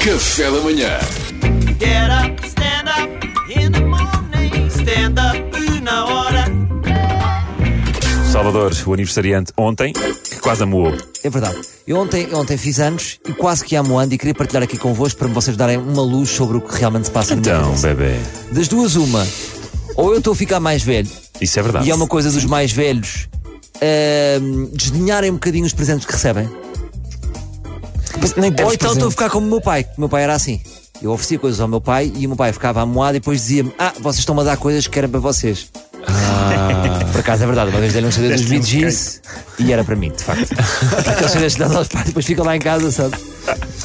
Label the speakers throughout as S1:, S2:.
S1: Café da manhã.
S2: Get up, stand up in the morning. Stand up na hora.
S3: Salvador, o aniversariante ontem, que quase amuou.
S4: É verdade. Eu ontem, ontem fiz anos e quase que amo ano e queria partilhar aqui convosco para vocês darem uma luz sobre o que realmente se passa na minha
S3: Então,
S4: cabeça.
S3: bebê,
S4: Das duas, uma. Ou eu estou a ficar mais velho
S3: isso é verdade.
S4: e é uma coisa dos mais velhos ahm, desdenharem um bocadinho os presentes que recebem.
S5: Nem
S4: Ou então estou a ficar como o meu pai, que o meu pai era assim. Eu oferecia coisas ao meu pai e o meu pai ficava à moada e depois dizia-me: Ah, vocês estão-me a dar coisas que eram para vocês. Por acaso é verdade, uma vez deram um CD dos Bee Gees e era para mim, de facto. Aqueles CDs que dás aos pais e depois ficam lá em casa, sabe?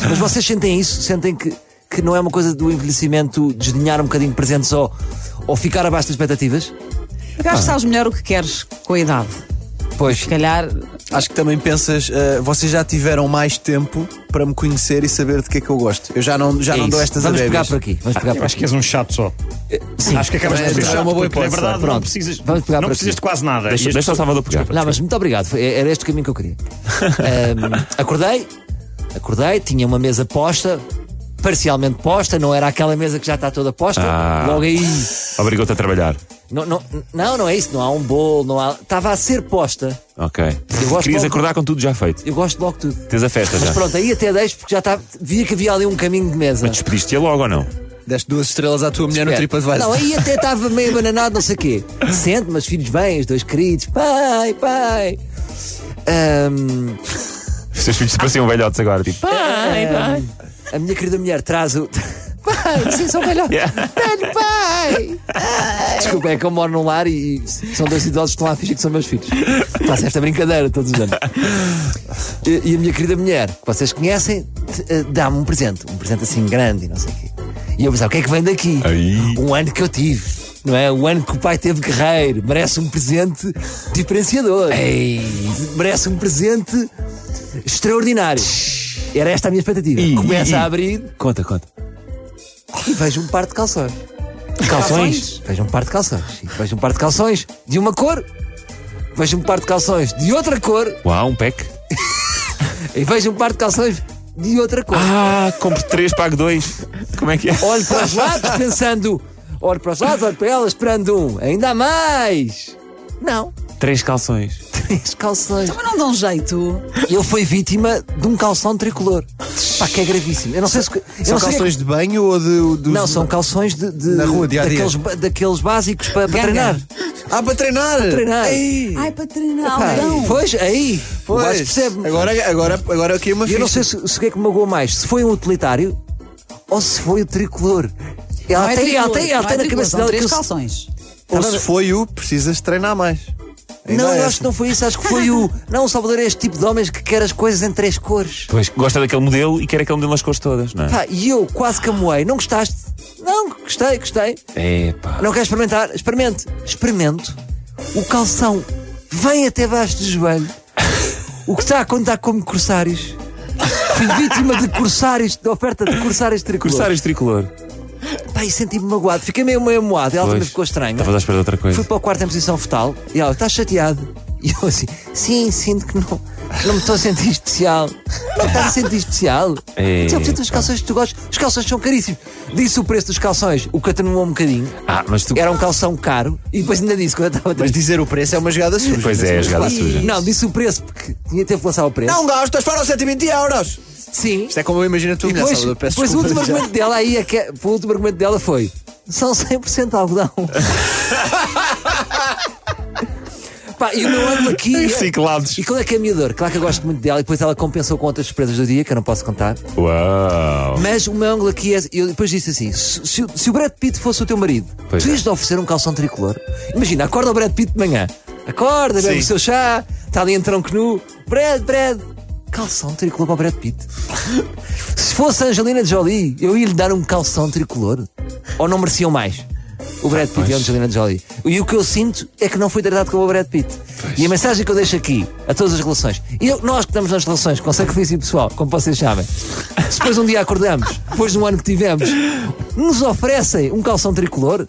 S4: Mas vocês sentem isso? Sentem que, que não é uma coisa do envelhecimento desdenhar um bocadinho presentes ou, ou ficar abaixo das expectativas?
S6: Eu
S3: Ah.
S6: acho que sabes melhor o que queres com a idade.
S4: Pois,
S6: Se calhar,
S5: Acho que também pensas, ah, vocês já tiveram mais tempo para me conhecer e saber de que é que eu gosto. Eu já não, já
S4: é
S5: não dou
S4: isso.
S5: estas
S4: Vamos pegar
S5: adébias.
S4: por aqui. Vamos pegar por
S7: Eu acho
S4: aqui.
S7: que és um chato só.
S4: Sim.
S7: Acho que acabas
S5: Também
S7: por ser
S5: é
S7: chato.
S5: uma boa
S7: porque, na
S5: hipótese.
S7: verdade, não
S4: Pronto.
S7: precisas,
S4: Vamos pegar
S7: não
S4: por
S7: precisas
S4: aqui.
S7: de quase nada. E
S3: Deixa,
S7: as
S3: deixa o
S7: pessoas-
S3: Salvador pegar.
S4: Não, mas muito obrigado. Foi- Era este o caminho que eu queria. Ahm, acordei, acordei, tinha uma mesa posta, parcialmente posta, não era aquela mesa que já está toda posta.
S3: Ah.
S4: Logo aí.
S3: Obrigou-te a trabalhar.
S4: Não, não, não, não é isso, não há um bolo, não há. Estava a ser posta.
S3: Ok.
S4: gosto
S3: Querias
S4: logo-
S3: acordar com tudo já feito.
S4: Eu gosto logo de tudo.
S3: Tens a festa já.
S4: Mas pronto, aí até deixo porque já estava. Via que havia ali um caminho de mesa.
S3: Despediste-a logo ou não?
S5: Deste duas estrelas à tua mulher no
S4: É.
S5: TripAdvisor.
S4: Não, aí até estava meio bananado, não sei o quê. Sente, mas filhos bem, os dois queridos. Pai, pai. Ahm,
S3: Os teus filhos pareciam velhotes agora. Tipo,
S4: A minha querida mulher traz o. É. Pai, vocês são velhotes. Velho, pai! Ai. Desculpa, é que eu moro num lar e e são dois idosos que estão lá a fingir que são meus filhos. Faço esta brincadeira todos os anos. E, e a minha querida mulher, que vocês conhecem, te- eh, dá-me um presente. Um presente assim grande e não sei o quê. E eu pensava, o que é que vem daqui?
S3: Aí.
S4: Um ano que eu tive. Não é? O ano que o pai teve guerreiro. Merece um presente diferenciador. Merece um presente extraordinário. Era esta a minha expectativa. Começa a abrir
S3: conta, conta.
S4: e vejo um par de calções. Calções? Vejo um par de calções. Sim, Vejo um par de calções de uma cor. Vejo um par de calções de outra cor.
S3: Uau, um pack.
S4: E vejo um par de calções de outra cor.
S3: Ah, compro três, pago dois. Como é que é?
S4: Olho para os lados pensando. Olho para os lados, olho para ela esperando um. Ainda há mais. Não.
S3: Três calções.
S4: Três calções.
S6: mas não dão jeito.
S4: E Eu fui vítima de um calção tricolor. Pá, que é gravíssimo. Eu não sei é se. eu
S5: São
S4: não sei-
S5: calções de banho ou de. dos-
S4: Não, são calções de, de-
S5: Na rua, dia a dia.
S4: daqueles, ba- daqueles básicos para, para
S6: Ganga.
S4: treinar.
S5: Ah, para treinar!
S4: Treinar. Ah,
S6: Ai, para treinar
S4: Pá,
S6: algodão.
S4: Ah, Pois, aí, pois.
S5: Pois,
S4: percebe-me.
S5: agora, agora, agora aqui é uma
S4: E eu não sei
S5: ficha.
S4: se, se o que é que me magoou mais, se foi um utilitário ou se foi o tricolor. Ela
S6: Não é
S4: tem, ela
S6: tricolor,
S4: tem, ela
S6: não
S4: tem
S6: é
S4: na
S6: tricolor,
S4: cabeça
S6: são
S4: dela
S6: três
S4: que eu-
S6: calções.
S5: Ou se foi o, precisas treinar mais. Ainda
S4: Não,
S5: é
S4: eu
S5: essa.
S4: acho que não foi isso, acho que foi o. Não, o Salvador é este tipo de homens que quer as coisas em três cores.
S3: Pois, gosta daquele modelo e quer aquele modelo nas cores todas, não é?
S4: Pá, e eu quase camoei. Não gostaste? Não, gostei, gostei.
S3: É, pá.
S4: Não quer experimentar? Experimente. Experimento. O calção vem até baixo do joelho. O que está a contar como corsários. Fui vítima de corsários, de oferta de corsários tricolor.
S3: Corsários tricolor.
S4: É Pá, e senti-me magoado. Fiquei meio, meio moado. Ela também
S3: Pois.
S4: ficou estranha.
S3: Estavas à espera de outra coisa.
S4: Fui para o quarto em posição fetal e ela, estás chateado? E eu assim, sim, sinto que não, não me estou a sentir especial. Não estás a sentir especial?
S3: Ei,
S4: Disse, Eu preciso dos calções que tu gostas. Os calções são caríssimos. Disse o preço dos calções, o que atenuou um bocadinho.
S3: Ah, mas tu.
S4: Era um calção caro e depois ainda disse quando eu estava
S5: Mas
S4: triste.
S5: dizer o preço é uma jogada suja.
S3: Pois é, a jogada suja.
S4: Não, disse o preço porque tinha tempo de lançar o preço.
S5: Não gastas, foram 120 euros!
S4: Sim.
S5: Isto é como eu imagino a tua
S4: E
S5: mulher,
S4: depois,
S5: Salvador. Peço
S4: depois o
S5: desculpa
S4: último
S5: já.
S4: argumento dela aí, é que- o último argumento dela foi: são 100% algodão. Pá, e o meu ânimo aqui. é-
S3: Reciclados.
S4: E qual é que é a minha dor? Claro que eu gosto muito dela e depois ela compensou com outras surpresas do dia que eu não posso contar.
S3: Uau.
S4: Mas o meu ângulo aqui é. Eu depois disse assim: se, se o- se o Brad Pitt fosse o teu marido,
S3: Pois
S4: tu
S3: é.
S4: ias-lhe oferecer um calção tricolor? Imagina, acorda o Brad Pitt de manhã, acorda, bebe o seu chá, está ali em tronco nu, Brad, Brad, calção tricolor para o Brad Pitt. se fosse a Angelina Jolie, eu ia-lhe dar um calção tricolor? Ou não mereciam mais? O Brad Pitt e a Angelina Jolie. E o que eu sinto é que não fui tratado como o Brad Pitt. E a mensagem que eu deixo aqui a todas as relações, e eu- nós que estamos nas relações com sacrifício pessoal, como vocês sabem, se depois um dia acordamos, depois de um ano que tivemos, nos oferecem um calção tricolor,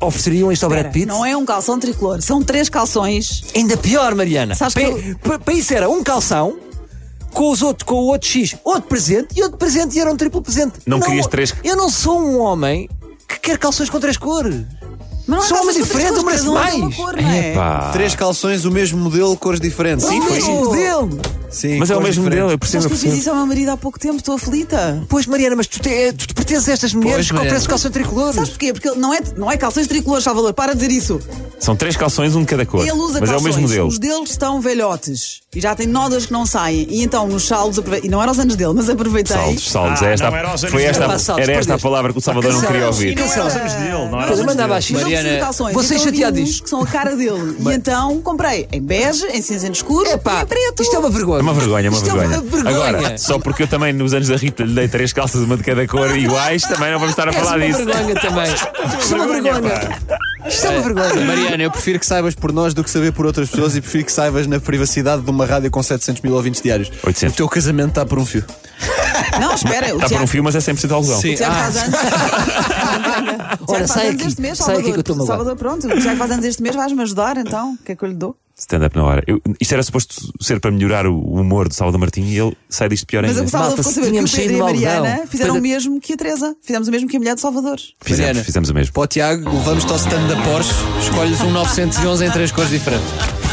S4: ofereceriam isto ao Brad Pitt?
S6: Não é um calção tricolor, são três calções.
S4: Ainda pior, Mariana.
S6: Sabes que
S4: Pa- pa- Para isso era um calção com os outros, com o outro X, outro presente e outro presente e era um triplo presente.
S3: Não querias três-
S4: Eu não sou um homem que quer calções com três cores.
S6: Mas
S4: São
S6: calças
S4: homens
S6: com três
S4: diferentes,
S6: cores,
S4: merecem
S6: cada um tem uma
S4: mais.
S6: cor, não é?
S3: Pá.
S5: Três calções, o mesmo modelo, cores diferentes.
S4: Não, mas o modelo.
S5: Sim,
S3: Mas é o
S5: cores
S3: mesmo modelo,
S5: diferentes.
S3: eu percebo. Eu
S6: Sabes que eu fiz
S3: percebo.
S6: isso ao meu marido há pouco tempo, estou aflita.
S4: Pois, Mariana, mas tu, te, eh, tu te pertences a estas mulheres
S5: Pois,
S4: que oferecem
S5: Mariana.
S4: calção tricolor.
S6: Sabes porquê? Porque ele não é, não é calções tricolores, Salvador, para de dizer isso.
S3: São três calções, um de cada cor.
S6: Ele usa
S3: mas é o
S6: calções,
S3: mesmo modelo.
S6: os deles estão velhotes e já tem nodas que não saem. E então nos saldos, aprove- e não eram os anos dele, mas aproveitei.
S3: Saldos, saldos.
S1: Ah,
S3: é esta,
S1: não era os anos
S3: foi esta,
S4: dele.
S3: era esta
S4: Saldos,
S3: a
S4: perdeste.
S3: palavra que o Salvador não queria ouvir.
S4: Então,
S1: Não era os anos dele, não era os
S4: Coisa,
S1: anos
S4: mandava a
S1: dele.
S4: X.
S6: Mas eu preciso de
S4: Mariana,
S6: calções.
S4: é? vocês
S6: então havia
S4: chateados.
S6: uns que são a cara dele. e então comprei em bege, em cinzento escuro e
S4: Epá,
S6: em preto.
S4: isto é uma vergonha.
S3: É uma vergonha, é uma
S4: Isto
S3: vergonha.
S4: É uma vergonha.
S3: Agora, só porque eu também nos anos da Rita lhe dei três calças, uma de cada cor iguais, também não vamos estar a
S4: És
S3: falar
S4: é uma
S3: disso.
S4: vergonha também. Isto é uma vergonha. Isto é uma vergonha.
S5: Mariana, eu prefiro que saibas por nós do que saber por outras pessoas e prefiro que saibas na privacidade de uma rádio com 700 mil ouvintes diários.
S3: 800.
S5: O teu casamento está por um fio.
S6: Não, espera,
S3: Está
S6: o
S3: por um
S6: Tiago
S3: fio, mas é 100% alusão.
S5: Sim.
S6: o Tiago faz anos.
S4: Ora,
S6: Tiago faz
S4: sai
S6: anos
S4: Ah. aqui.
S6: Este mês,
S4: Sai aqui que eu
S6: Salvador.
S4: estou magoado.
S6: Salvador, pronto. O Tiago faz anos este mês, vais-me ajudar então? O que é que eu lhe dou?
S3: Stand-up na hora. Eu- isto era suposto ser para melhorar o humor do Salvador Martinho e ele sai disto pior
S6: Mas
S3: ainda.
S6: o Salvador
S4: Malta,
S6: ficou a
S4: se
S6: saber que o
S4: tínhamos
S6: Pedro e a
S4: saído do
S6: Mariana
S4: algodão,
S6: fizeram o
S4: Pedro-
S6: mesmo que a Teresa. Fizemos o mesmo que a mulher de Salvador.
S3: Fizemos,
S5: Mariana.
S3: fizemos o mesmo.
S5: Para o Tiago, levamos-te ao stand da Porsche, escolhes um 911 em três cores diferentes.